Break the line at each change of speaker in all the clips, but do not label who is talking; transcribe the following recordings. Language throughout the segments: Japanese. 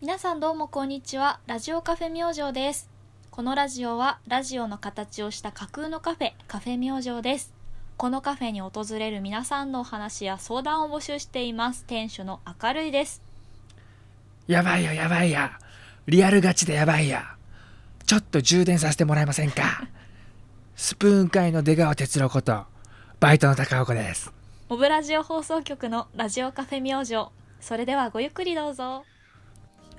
皆さんどうもこんにちはラジオカフェ明星ですこのラジオはラジオの形をした架空のカフェカフェ明星ですこのカフェに訪れる皆さんのお話や相談を募集しています店主の明るいです
やばいよやばいよリアルガチでやばいよちょっと充電させてもらえません かスプーン界の出川哲郎ことバイトの高岡です
モブラジオ放送局のラジオカフェ明星それではごゆっくりどうぞ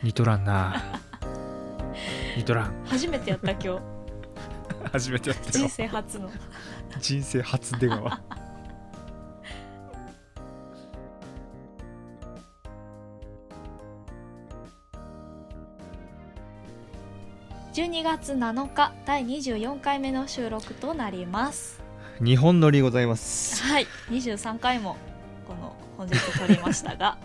ニトランなニトラン
初めてやった今日
初めてやっ た
人生初の
人生初出川
12月7日第24回目の収録となります
日本乗りございます
はい23回もこの本日撮りました が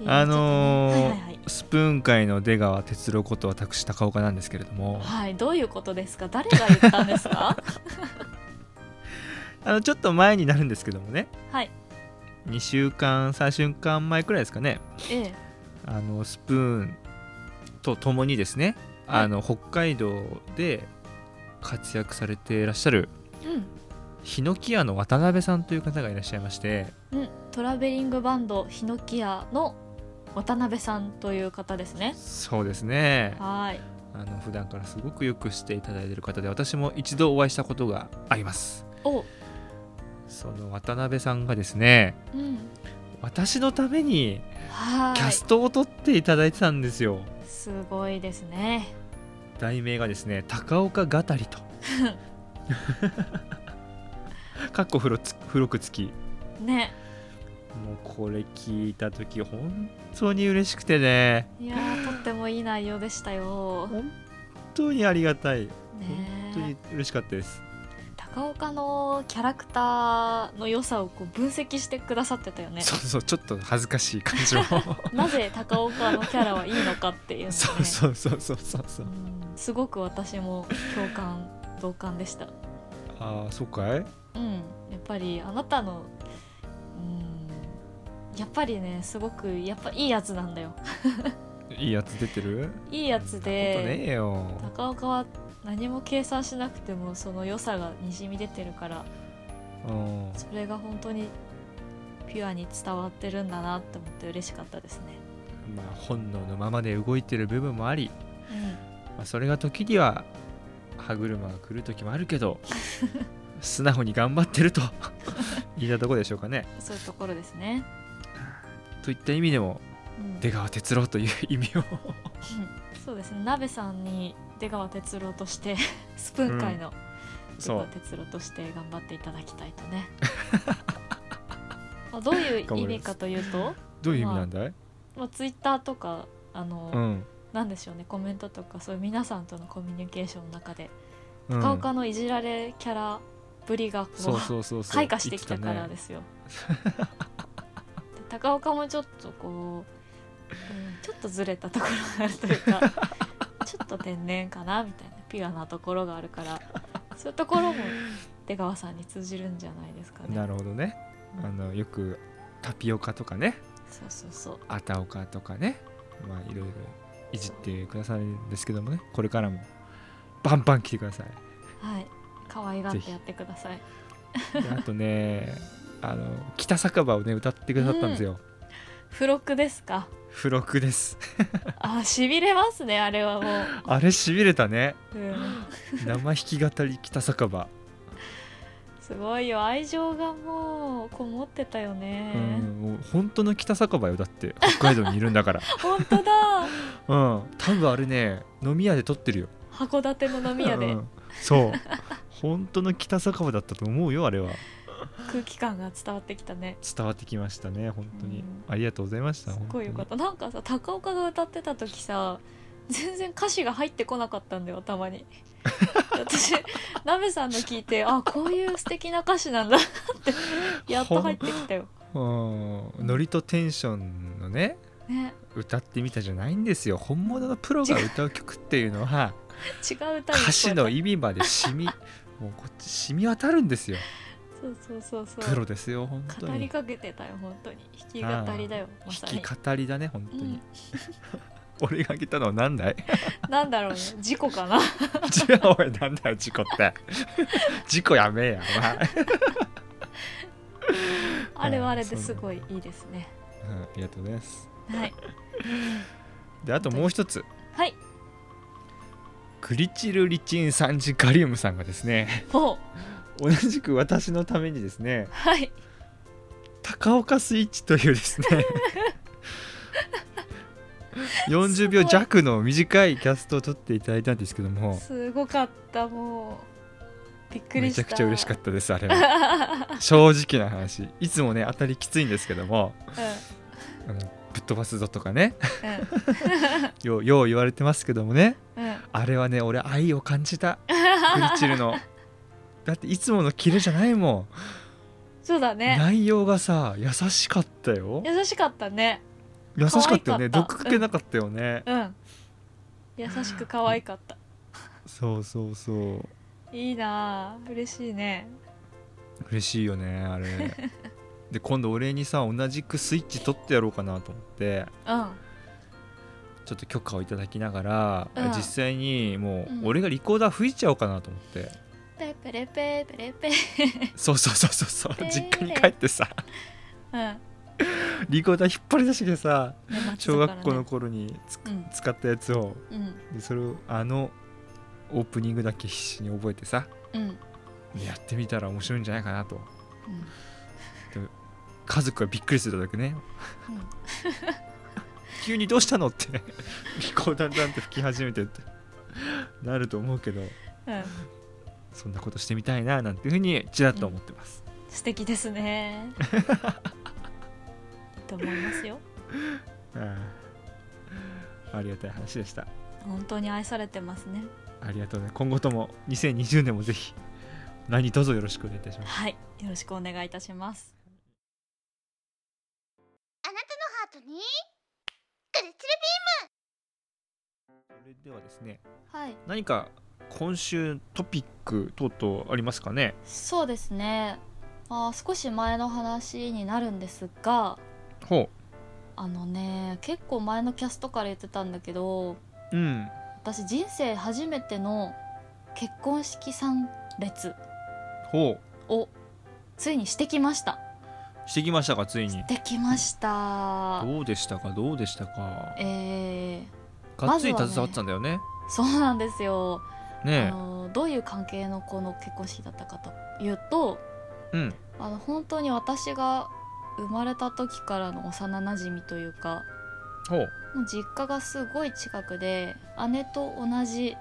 いや
あのー
ちょっとねはいはいはい
スプーン界の出川哲郎こと私高岡なんですけれども
はい、どういうことですか誰が言ったんです か
あのちょっと前になるんですけどもね
はい
2週間3週間前くらいですかね
ええ
あのスプーンとともにですね、
はい
あの北海道で活躍されていらっしゃるヒノキ屋の渡辺さんという方がいらっしゃいまして
うん、うん、トラベリングバンドヒノキ屋の渡辺さんという方ですね
そうですね
はい
あの普段からすごくよくしていただいている方で私も一度お会いしたことがあります
お
その渡辺さんがですね
うん
私のために
は
キャス
い
トを撮っていただいてたんですよ、
すごいですね
題名がですね高岡語り とかっこ付録つ付録付き
ね
もうこれ聞いた時本当に嬉しくてね
いやーとってもいい内容でしたよ、ね
本当にありがたい
え
本当に嬉しかったです
高岡のキャラクターの良さをこう分析してくださってたよね
そうそうちょっと恥ずかしい感じも
なぜ高岡のキャラはいいのかっていうのね
そうそうそうそうそうそう
うんすごく私も共感同感でした
ああそうかい
うんやっぱりあなたのうんやっぱりねすごくやっぱいいやつなんだよ
いいやつ出てる
いいやつ
そんなことね
で
えよ
高岡は何も計算しなくてもその良さがにじみ出てるから
うん
それが本当にピュアに伝わってるんだなって思って嬉しかったですね
まあ本能のままで動いてる部分もあり、まあ、それが時には歯車が来る時もある けど素直に頑張ってると 言ったとこでしょうかね
うんそういうところですね、
といった意味でも
うん
出川哲郎という意味 を
そうですね鍋さんに出川哲朗として スプーン界の出
そ
川
う
哲朗として頑張っていただきたいとね、 まあ、どういう意味かというと、
どういう意味なんだい、
まあ、ツイッターとかあの、
うん、
なんでしょうねコメントとかそういう皆さんとのコミュニケーションの中で
うん
高岡のいじられキャラぶりがこ
そうそうそうそう
開花してきたからですよ。で高岡もちょっとこう、うんちょっとずれたところがあるというか ちょっと天然かなみたいなピュアなところがあるからそういうところも出川さんに通じるんじゃないですか
言
ね。
ってたねなるほどねあのよくタピオカとかね
そうそうそう
アタオカとかねまあいろいろいじってくださるんですけどもねこれからもバンバン来てください
はい可愛がっ
ぜ
て
ひ
やってください。
であとね あの北酒場をね歌ってくださったんですよ、
付録ですか。
付録です
あーしびれますねあれはもう
あれしびれ たね
うん。
生弾き語り北酒場、
すごいよ愛情がもうこもってたよね。
うんもう本当の北酒場よだって北海道にいるんだから
本当だ
うん多分あれね飲み屋で撮ってるよ
函館の飲み屋で。
うんそう本当の北酒場だったと思うよあれは
空気感が伝わってきたね
伝わってきましたね本当に、
うん
ありがとうございまし
す
た
っごいよかっ
本
たなんかさ高岡が歌ってた時さ全然歌詞が入ってこなかったんだよ頭に 私なべさんの聞いてあこういう素敵な歌詞なんだってやっと入ってきたよ、
当にうんノリとテンションのね
ね、
歌ってみたじゃないんですよ本物のプロが歌う曲ってい うのは
違う歌に聞こえた
歌詞の意味まで染みもうこっち染み渡るんですよ
そうそうそうそ
プ
う
ロですよ本当
語り
に
かけてたよ本当に弾き語りだよまさ
弾
に
き語りだね本当に、
うん
俺が来たのは何だい
なんだろうね事故かな
違うおいなんだよ事故って 事故やめえやお前、
あれはあれですごいいいですね
うんありがとうございます
はい
であともう一つ
はい
クリチルリチン酸ジカリウムさんがですね
ほう
同じく私のためにですね
はい
高岡スイッチというです ね40秒弱の短いキャストを撮っていただいたんですけども
すごかったもうびっくり
め
し
ち
た
ゃくちゃ嬉しか
っ
ったですあれは 正直な話いつもね当たりきついんですけども
た
あのぶっ飛ばすぞとかね
う
ようよう言われてますけどもね
んうんうん
あれはね俺愛を感じたグリチルのだっていつものキレじゃないも
そうだ
ん、
ね
内容がさ優しかったよ
優しかったね
優しかったよ
可
ね
愛かった
毒かけなかったよね、
うん優しく可愛かった
そうそうそう
いいなあ嬉しいね
嬉しいよねあ れで今度俺にさ同じくスイッチ取ってやろうかなと思って
うん
ちょっと許可をいただきながら、
うん
実際にも
うん
う俺がリコーダー吹いちゃおうかなと思って、
ペペレペペレペ
そうそうそうそうそう、
えー
実家に帰ってさ
うん
リコーダー引っ張り出してきてさ小学校の
子
頃につ
うん
使ったやつを
うん
でそれをあのオープニングだけ必死に覚えてさ
うん
やってみたら面白いんじゃないかなと家族がびっくりするだけね
うん
急にどうしたのってリコーダーなんて吹き始めてってなると思うけど
うん
そんなことしてみたいななんていうふうにちらっと思ってます、
素敵ですね いいと思いますよ
ああありがたい話でした
本当に愛されてますね
ありがとうね今後とも2020年もぜひ何卒よろしくお願いいたします
はいよろしくお願いいたします
あなたのハートにくるち
それではですね
るはい
何か今週トピック等々ありますかね
そうですねあー少し前の話になるんですが
ほ
あのね結構前のキャストから言ってたんだけど
ううん
私人生初めての結婚式参列
ほ
をついにしてきました
うしてきましたかついに
できました
どうでしたかどうでしたか
えー、
がっつり
まずはね
携わってたんだよね
そうなんですよ、あ
ね
のどういう関係の子の結婚式だったかというと
えうん
あの本当に私が生まれた時からの幼なじみというか
ほう
もう実家がすごい近くで姉と同じ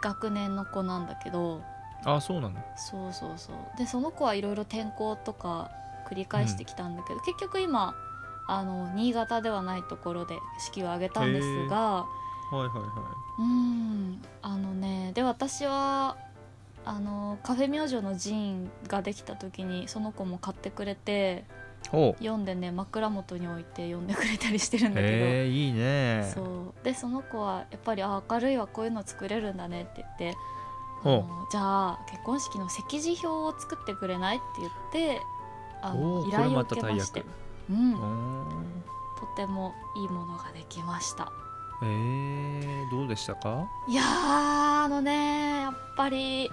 学年の子なんだけど
あそうなの
そうそうそうでその子はいろいろ転校とか繰り返してきたんだけど、結局今あの新潟ではないところで式を挙げたんですが
はいはいは
うんあのねで私はあのカフェ明星の寺院ができた時にその子も買ってくれて
いほう
読んでね枕元に置いて読んでくれたりしてるんだけど。
へえいいね
そうでその子はやっぱり「あ明るいはこういうの作れるんだね」って言って「あ
ほう
のじゃあ結婚式の席次表を作ってくれない?」って言ってあの
お
依
ーこれ
頼を
ま
受
た
けま
大
して
役、
う、
うんん
とてもいいものができました
えー、どうでしたか
いやーあのねやっぱり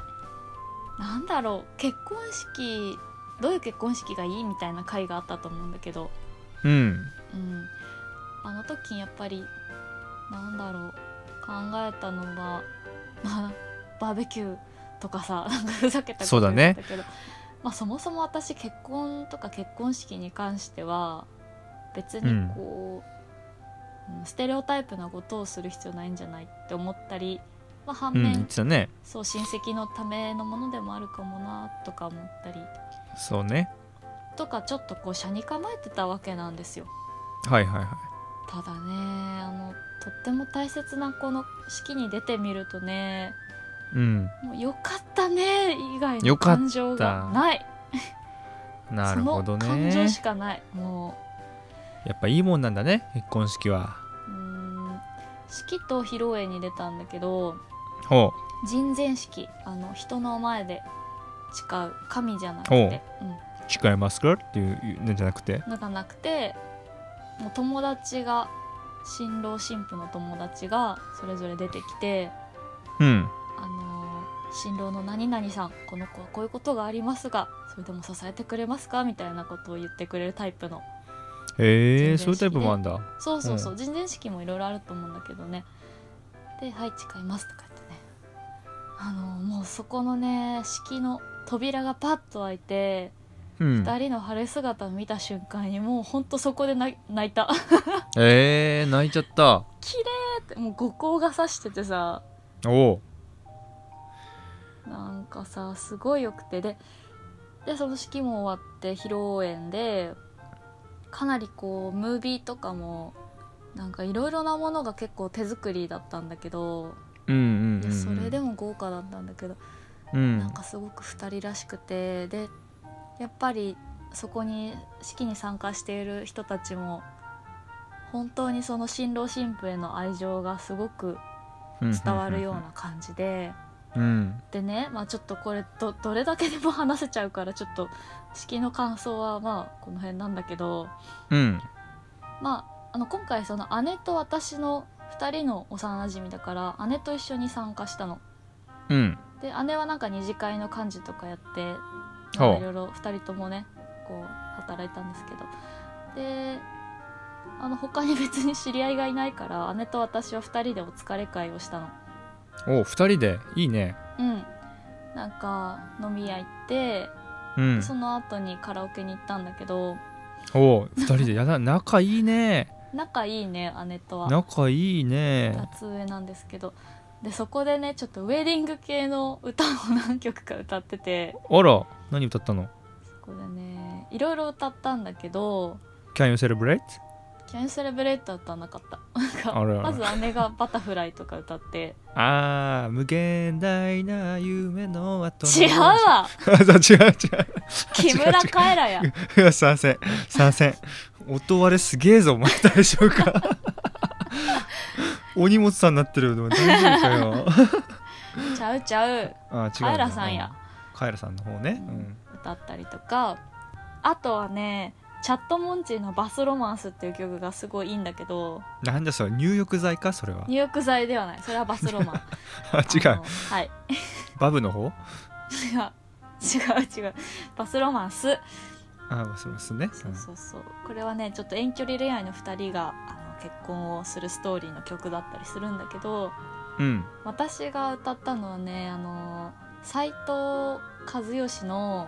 なんだろう結婚式どういう結婚式がいいみたいな回があったと思うんだけど
うん
うん、あの時にやっぱりなんだろう考えたのが、まあ、バーベキューとかさなんかふざけた
そうだね
だけど、まあ、そもそも私結婚とか結婚式に関しては別にこう、うんステレオタイプなことをする必要ないんじゃないって思ったり、まあ、反
うん
面、
言ってたね
そう親戚のためのものでもあるかもなとか思ったり
そうね
とかちょっとこう斜に構えてたわけなんですよ。
はいはいはい
ただねあのとっても大切なこの式に出てみるとね
うん
もうよかったね以外の
よかった
感情がない
なるほど
その感情
ね
しかないも
やっぱいいもんなんだね結婚式は
ううーん式と披露宴に出たんだけど
ほ
人前式あの人の前で誓う神じゃなくて、
誓いますかっていうのじゃなくて
うん、のがなくてもう友達が新郎新婦の友達がそれぞれ出てきて
うん
あのー新郎の何々さんこの子はこういうことがありますがそれでも支えてくれますかみたいなことを言ってくれるタイプの
へ
全然
えそういうタイプもあんだ
そうそうそう、人前式もいろいろあると思うんだけどねで「はい誓います」とか言ってねあのもうそこのね式の扉がパッと開いて、
うん
二人の晴れ姿を見た瞬間にもうほんとそこで泣泣いた
えー、泣いちゃった
綺麗ってもう五光が差しててさ
おお
なんかさすごいよくてででその式も終わって披露宴でかなりこうムービーとかもなんかいろいろなものが結構手作りだったんだけど
うんうんうん、うん、
それでも豪華だったんだけど、
うん
なんかすごく2人らしくてでやっぱりそこに式に参加している人たちも本当にその新郎新婦への愛情がすごく伝わるような感じで。
うんうん
でね、まあ、ちょっとこれどどれだけでも話せちゃうからちょっと式の感想はまあこの辺なんだけど、
うん
まあ、あの今回その姉と私の2人の幼馴染だから姉と一緒に参加したの。
うん
で姉はなんか二次会の幹事とかやってなん
ほう
かいろいろ2人ともねこう働いたんですけどであの他に別に知り合いがいないから姉と私は2人でお疲れ会をしたの
おお二人でいいね
うんなんか飲み屋行って、
うん
その後にカラオケに行ったんだけど
おお二人で やだ仲いいね
仲いいね姉とは
仲いいね
2つ上なんですけどでそこでねちょっとウェディング系の歌を何曲か歌ってて
あら何歌ったの
そこでねいろいろ歌ったんだけど
Can you celebrate?
キャンセレブレートだったらなかった
あらあら
まず姉が「バタフライ」とか歌って
ああ無限大な夢の後の
違うわ
あ そう違う違
木村カエラや
うい や参戦参戦音割れすげえぞお前大丈夫か お荷物さんになってるの大丈 夫かよ
ちゃうちゃう
あー違う
カエラさんや
うんカエラさんの方ね
歌ったりとかあとはねチャットモンチーの「バスロマンス」っていう曲がすごいいいんだけど
うんなんだそれ入浴剤かそれは
入浴剤ではないそれはバスロマン
あ違
あ
う
のはい
バブの方
違う違う違うバスロマンス
ああそうですね
そうそうそうこれはねちょっと遠距離恋愛の2人があの結婚をするストーリーの曲だったりするんだけど
うん
私が歌ったのはねあの斉藤和義の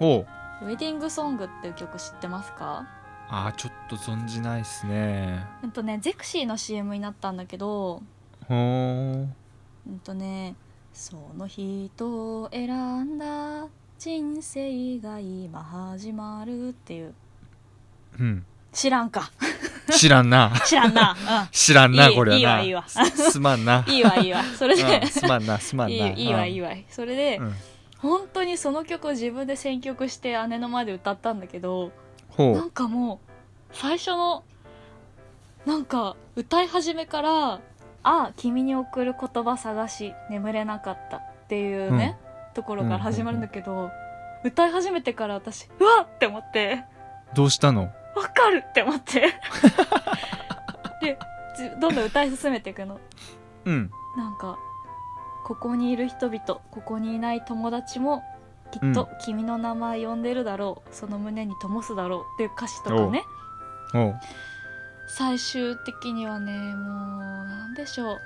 おう
「ウェディングソング」っていう曲知ってますか
ああちょっと存じないっすね
えっとねゼクシーの CM になったんだけど
ほー
うんとね「その人を選んだ人生が今始まる」っていう
うん
知らんか
知ら んな
知らんな、
知らんない
い
これはない
いわいいわ
すすまんな
うん、いいわいいわそれで
うんすまんなすまんない
いいいいわいい
わ
わそれで、
うん
本当にその曲を自分で選曲して姉の前で歌ったんだけど
ほ
なんかもう最初のなんか歌い始めから「ああ君に送る言葉探し眠れなかった」っていうね、ところから始まるんだけど、歌い始めてから私「うわっ!」って思って
うどうしたの
「わかる!」って思って でじどんどん歌い進めていくの
うん
なんかここにいる人々ここにいない友達もきっと君の名前呼んでるだろう、その胸に灯すだろうっていう歌詞とかね
おう
最終的にはねもうなんでしょう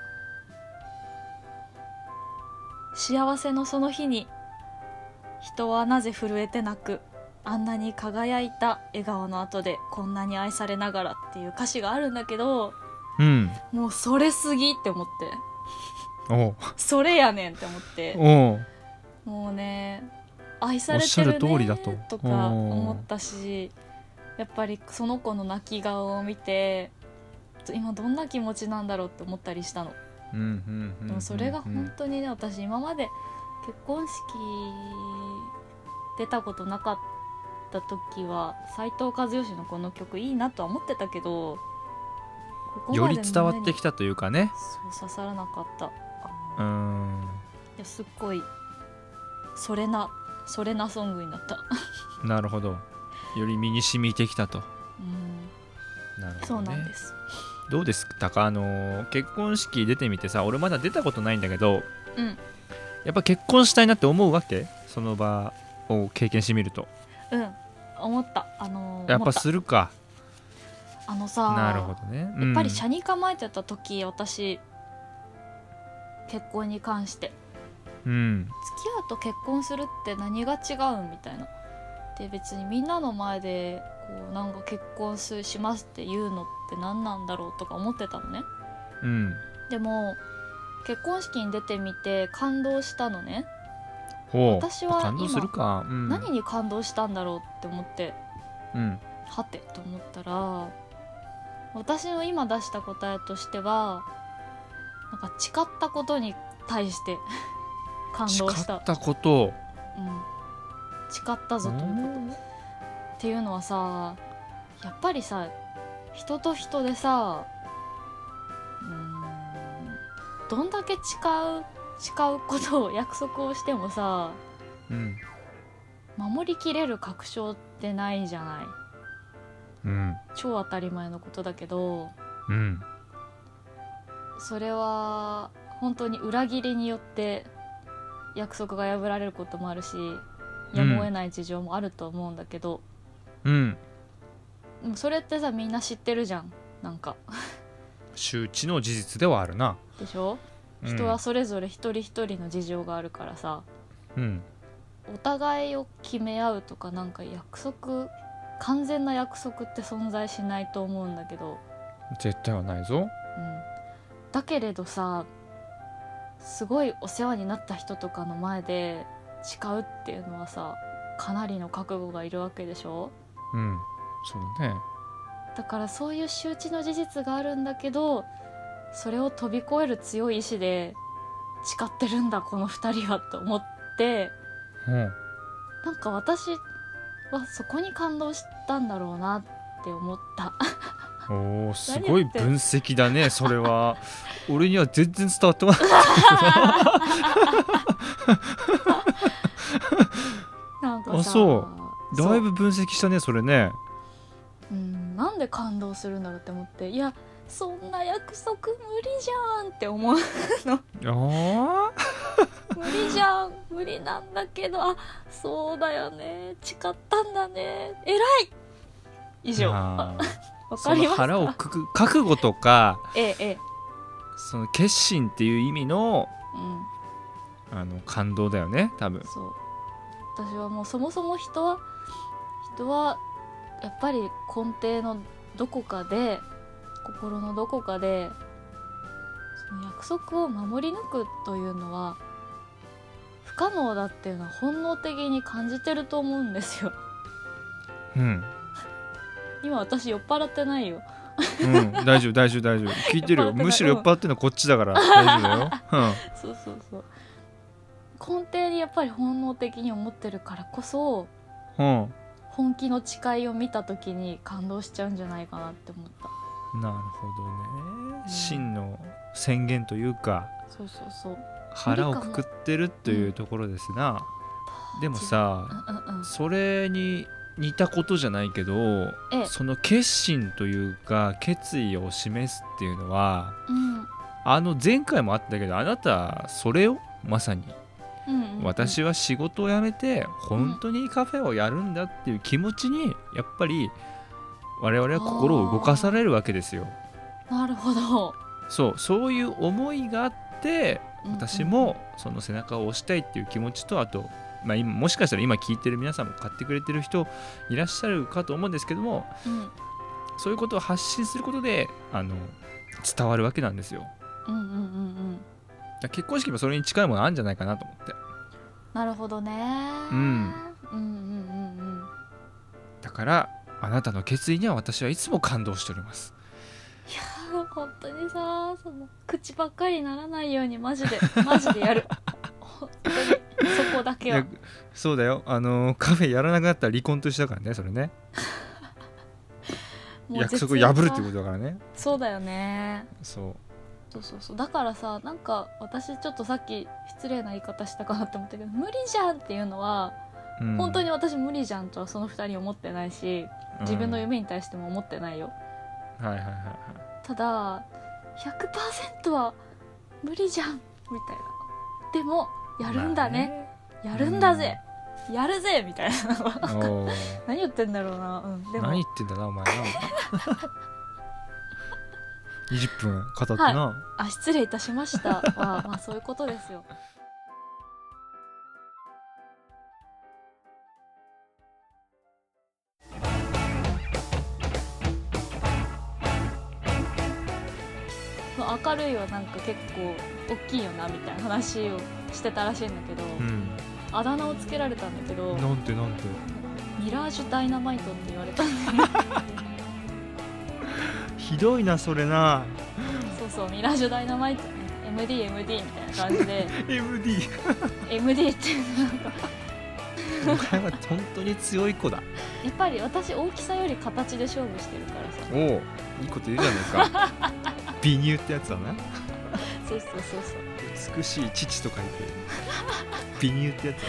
幸せのその日に人はなぜ震えて泣くあんなに輝いた笑顔の後でこんなに愛されながらっていう歌詞があるんだけど
うん
もうそれすぎって思って
おう
それやねんって思って
おう
もうね愛されてるね
おっしゃる通りだと
とか思ったしやっぱりその子の泣き顔を見て今どんな気持ちなんだろうって思ったりしたの、
うんうんうん
でもそれが
うん
本当にね私今まで結婚式出たことなかった時は斉藤和義のこの曲いいなとは思ってたけどここ
よ
まで
り伝わってきたというかね
胸にそう刺さらなかった
うーん
いやすっごいそれなそれなソングになった、
なるほどより身に染みてきたと
うん、
なるほど、ね、
そうなんです、
どうですたかあのー結婚式出てみてさ俺まだ出たことないんだけど、
うん
やっぱ結婚したいなって思うわけその場を経験してみると
うん思ったあのー
やっ
思
ぱ
た
するか
あのさ
なるほどね、うん
やっぱり車に構えてた時私結婚に関して
うん
付き合うと結婚するって何が違うんみたいなで別にみんなの前でこうなんか結婚すしますって言うのって何なんだろうとか思ってたのね
うん
でも結婚式に出てみて感動したのね、
ほう
私は今
感動するか、うん、
何に感動したんだろうって思って
うん
はてと思ったら私の今出した答えとしてはなんか誓ったことに対して感
誓
動した
っ、たこと
うん、誓ったぞと思ったっていうのはさやっぱりさ人と人でさうーんどんだけ誓う誓うことを約束をしてもさ
うん
守りきれる確証ってないじゃない
うん
超当たり前のことだけど
うん
それは本当に裏切りによって約束が破られることもあるしやむを得ない事情もあると思うんだけど、
うん
でもそれってさみんな知ってるじゃんなんか
周知の事実ではあるな、
でしょ、
うん
人はそれぞれ一人一人の事情があるからさ
うん
お互いを決め合うとかなんか約束完全な約束って存在しないと思うんだけど、
絶対はないぞ
うん、だけれどさすごいお世話になった人とかの前で誓うっていうのはさかなりの覚悟がいるわけでしょ
うんそうだね
だからそういう周知の事実があるんだけどそれを飛び越える強い意志で誓ってるんだこの2人はと思って
うん
なんか私はそこに感動したんだろうなって思った。
おーす
何
ごい
言って
分析だねそ れは俺には全然伝わってこない
なんかさ
あそ
そう
だいぶ分析したねそれね
うん、なんで感動するんだろうって思っていやそんな約束無理じゃんって思 う
ああ
無理じゃん無理なんだけどあそうだよね誓ったんだね偉い以上わ
あ
か
そ
り
の
ます
腹をくく覚悟とか
ええええ
その決心っていう意味の
うん
あの感動だよね多分
そう私はもうそもそも人は人はやっぱり根底のどこかで心のどこかでその約束を守り抜くというのは不可能だっていうのは本能的に感じてると思うんですよ
うん、
今私酔っ払ってないよ
うん、大丈夫大丈夫大丈夫聞いてる
酔っ払ってな
よ
い
むしろ酔っ払ってるのこっちだから大丈夫だよ、
そうそうそう根底にやっぱり本能的に思ってるからこそ
うんうん、
本気の誓いを見た時に感動しちゃうんじゃないかなって思った
なるほどね真の宣言というか
そうそうそう
腹をくくってるというところですな、でもさ
うんうんうん
それに似たことじゃないけど、
ええ
その決心というか決意を示すっていうのは
うん
あの前回もあったけどあなたそれをまさに
うんうんうん、
私は仕事を辞めて本当にカフェをやるんだっていう気持ちにやっぱり我々は心を動かされるわけですよ。
なるほど
そうそういう思いがあって私もその背中を押したいっていう気持ちとあと、まあ、今もしかしたら今聞いてる皆さんも買ってくれてる人いらっしゃるかと思うんですけども
うん
そういうことを発信することであの伝わるわけなんですよ。
うんうんうんうん
だから結婚式もそれに近いものあるんじゃないかなと思って
なるほどね
う
う
ん
んうんうんうん
だからあなたの決意には私はいつも感動しております
いや本当にさその口ばっかりならないようにマジ でマジでやる本当にそこだけ
い
は
やそうだよあのーカフェやらなくなったら離婚と一緒だからねそれね
もう
約
絶
束
妙な
破るってことだからね
そうだよね
そう
そうそうそうだからさなんか私ちょっとさっき失礼な言い方したかなって思ったけど無理じゃんっていうのは
うん
本当に私無理じゃんとはその2人思ってないし自分の夢に対しても思ってないよ、
うんはいはいはいは
ただ100%は無理じゃんみたいなでもや
い
るんだね、やるんだぜ、やるぜみたいな
まあねおー
何言ってんだろうな、うん、でも
何言ってんだなお 前な20分語ってな、
あ失礼いたしましたはまあそういうことですよまあ明るいはなんか結構大きいよなみたいな話をしてたらしいんだけど、
うん
あだ名をつけられたんだけど
なんてなんて
ミラージュダイナマイトって言われた
ひどいなそれな
そうそうミラージュダイナマイト MDMD みたいな感じで
MD
MD っていうのが
お前は本当に強い子だ
やっぱり私大きさより形で勝負してるからさ
おおいいこと言うじゃないか 美乳ってやつだな
そうそうそうそう
美しい父と書いて美乳ってやつ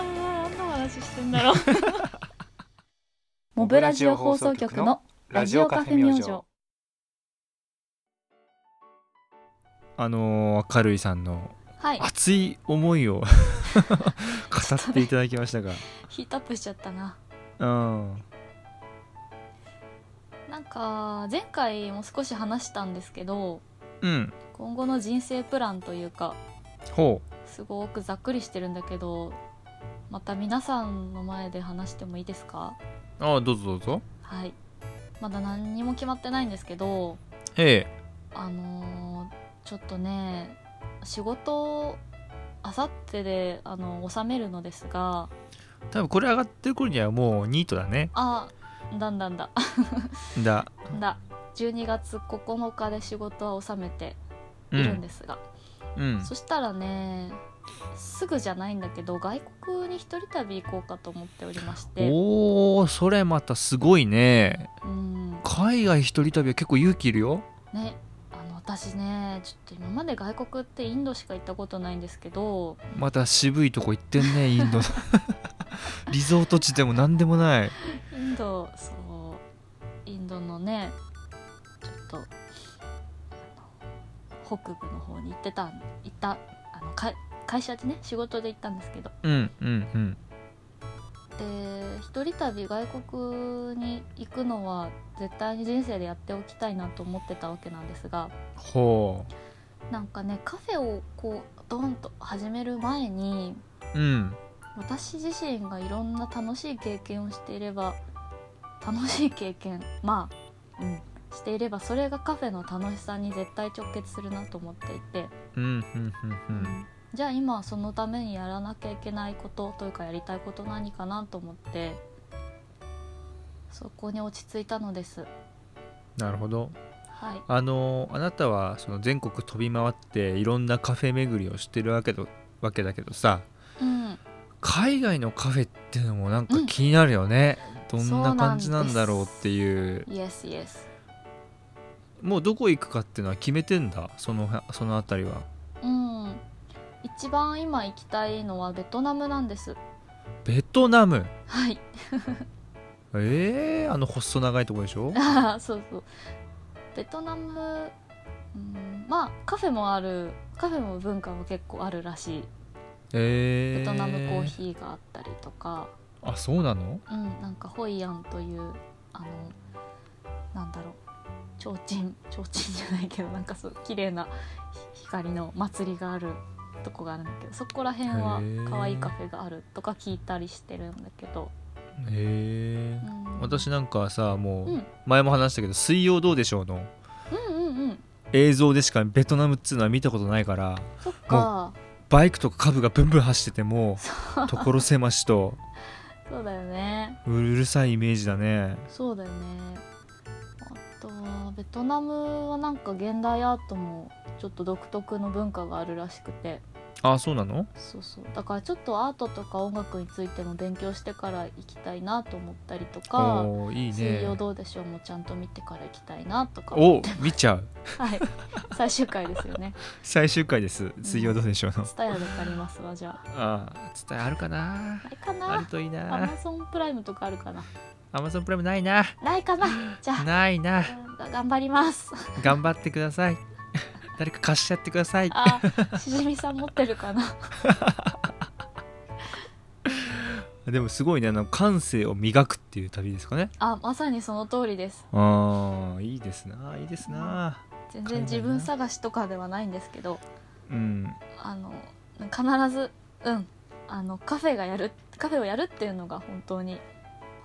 あああんな話してんだろう モブラジオ放送局のラジオカフェ明星
なあのー、明るいさんの
はい
熱い思いを 語っていただきましたが
ヒートアップしちゃったな
うん
なんか前回も少し話したんですけど
うん
今後の人生プランというか
ほ
すごくざっくりしてるんだけどまた皆さんの前で話してもいいですか
うああどうぞどうぞ
はいまだ何にも決まってないんですけど
え
あのーちょっとね仕事あさってであの納めるのですが
え多分これ上がってる頃にはもうニートだね
あだんだんだ
だ
だ12月9日で仕事は納めているんですが、
うん
そしたらねすぐじゃないんだけど外国に一人旅行こうかと思っておりまして
おおそれまたすごいね
うん
海外一人旅は結構勇気いるよ
ねあの私ねちょっと今まで外国ってインドしか行ったことないんですけど
また渋いとこ行ってんねイ ンドリゾート地でも何でもない
インドそうインドのねちょっとあの北部の方に行ってたん行ったあのか会社でね仕事で行ったんですけど
うんうんうん
で一人旅外国に行くのは絶対に人生でやっておきたいなと思ってたわけなんですが
ほ
なんかねカフェをこうドンと始める前に
ううん
私自身がいろんな楽しい経験をしていれば楽しい経験まあうんしていればそれがカフェの楽しさに絶対直結するなと思っていて、
うんうんうん
じゃあ今はそのためにやらなきゃいけないことというかやりたいこと何かなと思ってそこに落ち着いたのです
なるほど
はい
あのあなたはその全国飛び回っていろんなカフェ巡りをしてるわけどわけだけどさ
うん
海外のカフェってのもなんか気になるよね、どんな感じなんだろうっていう
イエスイエス
もうどこ行くかっていうのは決めてんだそのその辺りは
うん一番今行きたいのはベトナムなんです
ベトナム
はい
えー、あの細長いとこでしょ
あー そうそうベトナム、うん、まあカフェもあるカフェも文化も結構あるらしい
え
ベ
ー、
トナムコーヒーがあったりとか、
あそうなの
うん、なんかホイアンというあのなんだろう提灯提灯じゃないけどなんかそう綺麗なひ光の祭りがあるとこがあるんだけどそこら辺は
へー
可愛いカフェがあるとか聞いたりしてるんだけど、う
えー
ん、
私なんかさもう
うん
前も話したけど「水曜どうでしょう」の
うんうんうん
映像でしかベトナムっつうのは見たことないから
そっか
バイクとかカブがブンブン走っててもう所狭しと
そうだよね
うるさいイメージだね
そうだよねあとはベトナムはなんか現代アートもちょっと独特の文化があるらしくて
あそうなの
そうそうだからちょっとアートとか音楽についても勉強してから行きたいなと思ったりとか
おーいい
水曜
ね
どうでしょうもちゃんと見てから行きたいなとか
お見ちゃう
はい 最終回ですよ ね
最終回です水曜どうでしょうの、
蔦屋で借りますわじゃあ
ああ伝えあるかな
あれか
ある
な
といい
ア
な
マゾンプライムとかあるかな
アマゾンプライムないな
ないか なじゃ
ないな
あが頑張ります
頑張ってください 誰か貸しちゃってください
あしじみさん持ってるかな
でもすごいねあの感性を磨くっていう旅ですかね
あまさにその通りです
ああいいですないいですな
全然自分探しとかではないんですけど
うん
あの必ずうんあのカフェがやるカフェをやるっていうのが本当に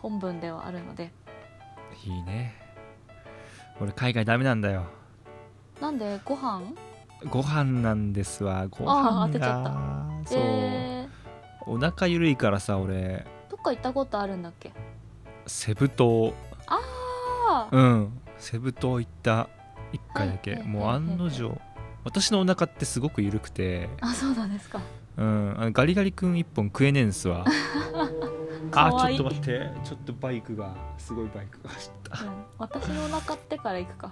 本文ではあるので
いいね俺海外ダメなんだよ
なんでご飯
ご飯なんですわご飯が
あー当てち
ゃそう、
え
お腹ゆるいからさ俺
ー、どっか行ったことあるんだっけ
セブ島
ああ
うんセブ島行った1回だけ、
はいはい
もう
はいはい
案の定私のお腹ってすごくゆるくて、
あそうなんですか
うん、あのガリガリ君一本食えねえん すわ
かわいい
あちょっと待ってちょっとバイクがすごいバイクが走った
うん、私のお腹ってから行くか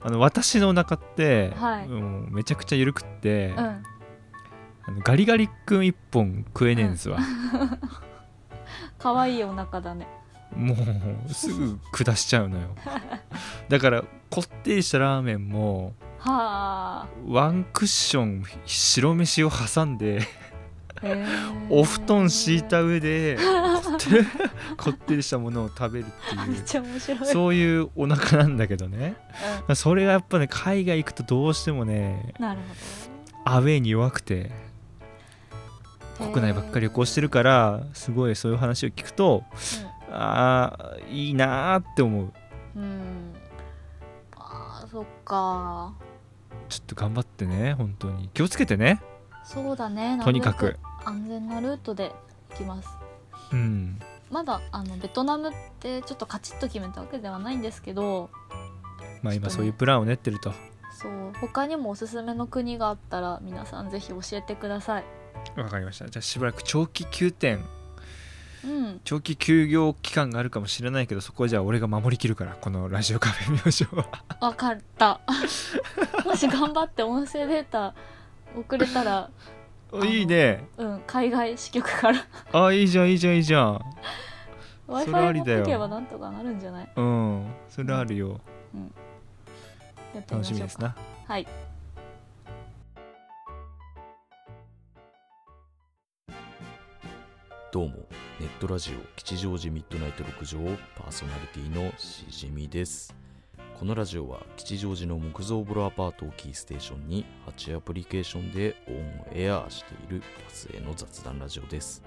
あの私のお腹って、
はい
もうめちゃくちゃゆるくって、
うん
あのガリガリ君一本食えねえんすわ、
可愛いお腹だね
もうすぐ下しちゃうの よだからこってりしたラーメンも
はあ
ワンクッション白飯を挟んで
へー
お布団敷いた 上でこってりこってりしたものを食べるって
め
い
っ
う
ちゃ面白い
そういうお腹なんだけどね
う
それがやっぱね海外行くとどうしてもね
ん、なる
アウェーに弱くて
ほど
国内ばっかり旅行してるからすごいそういう話を聞くと、あーいいなーって思う
へーうんあーそっか
ちょっと頑張ってね本当に気をつけてね
そうだね
とにかく
なるべ安全なルートで行きます
うん
まだあのベトナムってちょっとカチッと決めたわけではないんですけど
まあ
ちょっとね
今そういうプランを練ってると
そう他にもおすすめの国があったら皆さんぜひ教えてください
わかりましたじゃあしばらく長期休店
うん
長期休業期間があるかもしれないけどそこはじゃあ俺が守りきるからこのラジオカフェ明星は
わかった もし頑張って音声データ送れたら
おいいね
うん海外支局から
あいいじゃんいいじゃんいいじゃん
w i
そ
f
れあ
i
り
持っ
だよ
てけばなんとかなるんじゃない
うんそれあるよ
やってみま
楽
し
し
ょう
み
か
ですな
はい
どうも、ネットラジオ吉祥寺ミッドナイト6畳パーソナリティのしじみです。このラジオは吉祥寺の木造ボロアパートをキーステーションに8アプリケーションでオンエアしているバスへの雑談ラジオです。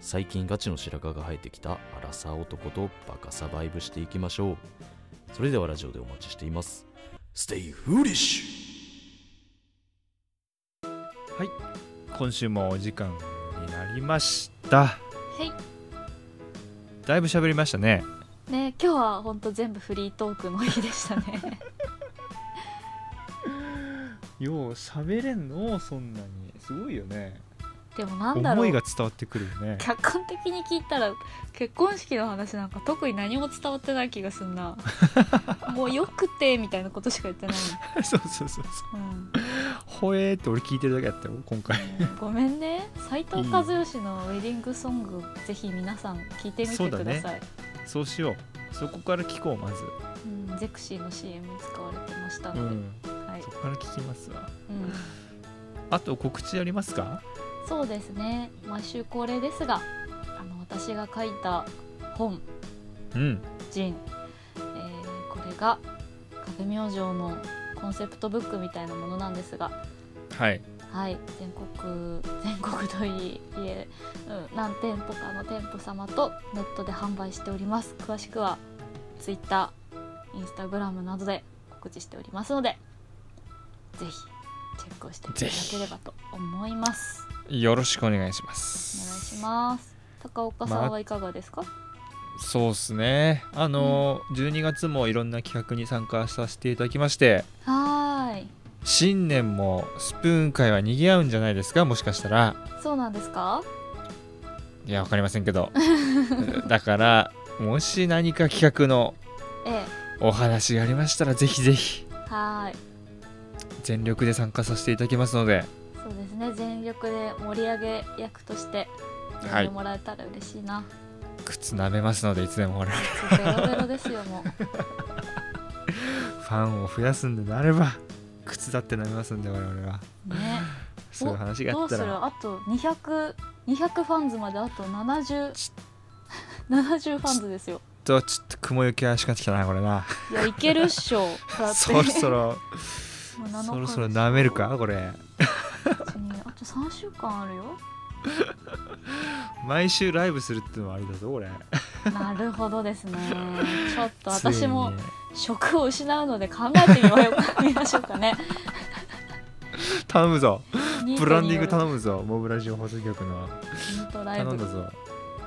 最近ガチの白髪が生えてきたアラサー男とバカサバイブしていきましょう。それではラジオでお待ちしています。Stay foolish!
今週もお時間になりました
はい
だいぶ喋りましたね
ね今日は本当全部フリートークの日でしたね
よう喋れんのそんなにすごいよね
でもなんだろう
思いが伝わってくるよね
客観的に聞いたら結婚式の話なんか特に何も伝わってない気がすん なもうよくてみたいなことしか言ってない、
そうそうそうそう
うん
ほえーって俺聞いてるだけだったよ今回
ごめんね斉藤和義のウェディングソングぜひ皆さん聞いてみ
そ
て
うだ
く
ね
ださい、
そうしようそこから聞こうまず
うん、ゼクシーの CM に使われてましたので、はい
そこから聞きますわ
うん、
あと告知ありますか
そうですね毎週恒例ですがあの私が書いた本
うん
ジン、えーこれがカフェ明星のコンセプトブックみたいなものなんですが
はい
はい、全国 全国といいえ、うん、何店舗かの店舗様とネットで販売しております詳しくは Twitter、Instagram などで告知しておりますのでぜひチェックをしていただければと思います
よろしくお願いしま
お願い
す
します高岡さんはいかがですか、
そうっすねあのー、12月もいろんな企画に参加させていただきまして
はーい
新年もスプーン界は賑わうんじゃないですかもしかしたら
そうなんですか
いやわかりません けどうんだからもし何か企画の
ええ
お話がありましたらぜひぜひ
はーい
全力で参加させていただきますので
そうですね全力で盛り上げ役としてや
は
っ
い
てもらえたら嬉しいな、
靴舐めますのでいつでもほらフ
そうベロベロですよもう
ァンを増やすんでなれば靴だって舐めますんで我々は
ね
そういう話が
ど
あっ
うす
た
る
ら
あと200200ファンズまであと7070
ち
ファンズですよ
とちょっと雲行き怪しくなってきたなこれない
やいけるっしょだって
そろ そろ
もう7日
そろそろ舐めるかこれ
あと3週間あるよ
毎週ライブするってのもありだぞこれ
なるほどですねちょっと
つい
私
に
も
ね
職を失うので考えてみまよみましょう かね
頼むぞ
ニートによる
ブランディング頼むぞモブラジオ放送局の
ニートライブ
頼んだ
わか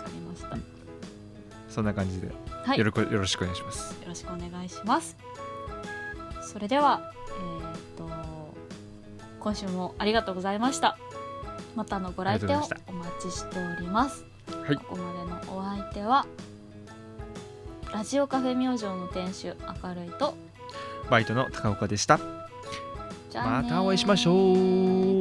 ぞ
りましたよ
そんな感じで、
はい
よろこよろしくお願いします
ろしくお願いしますそれではえー、っと今週もありがとうございましたまたのご来店をお待ちしております
はい
ここまでのお相手はラジオカフェ明星の店主明るいと
バイトの高岡でした
じゃあねー
またお会いしましょう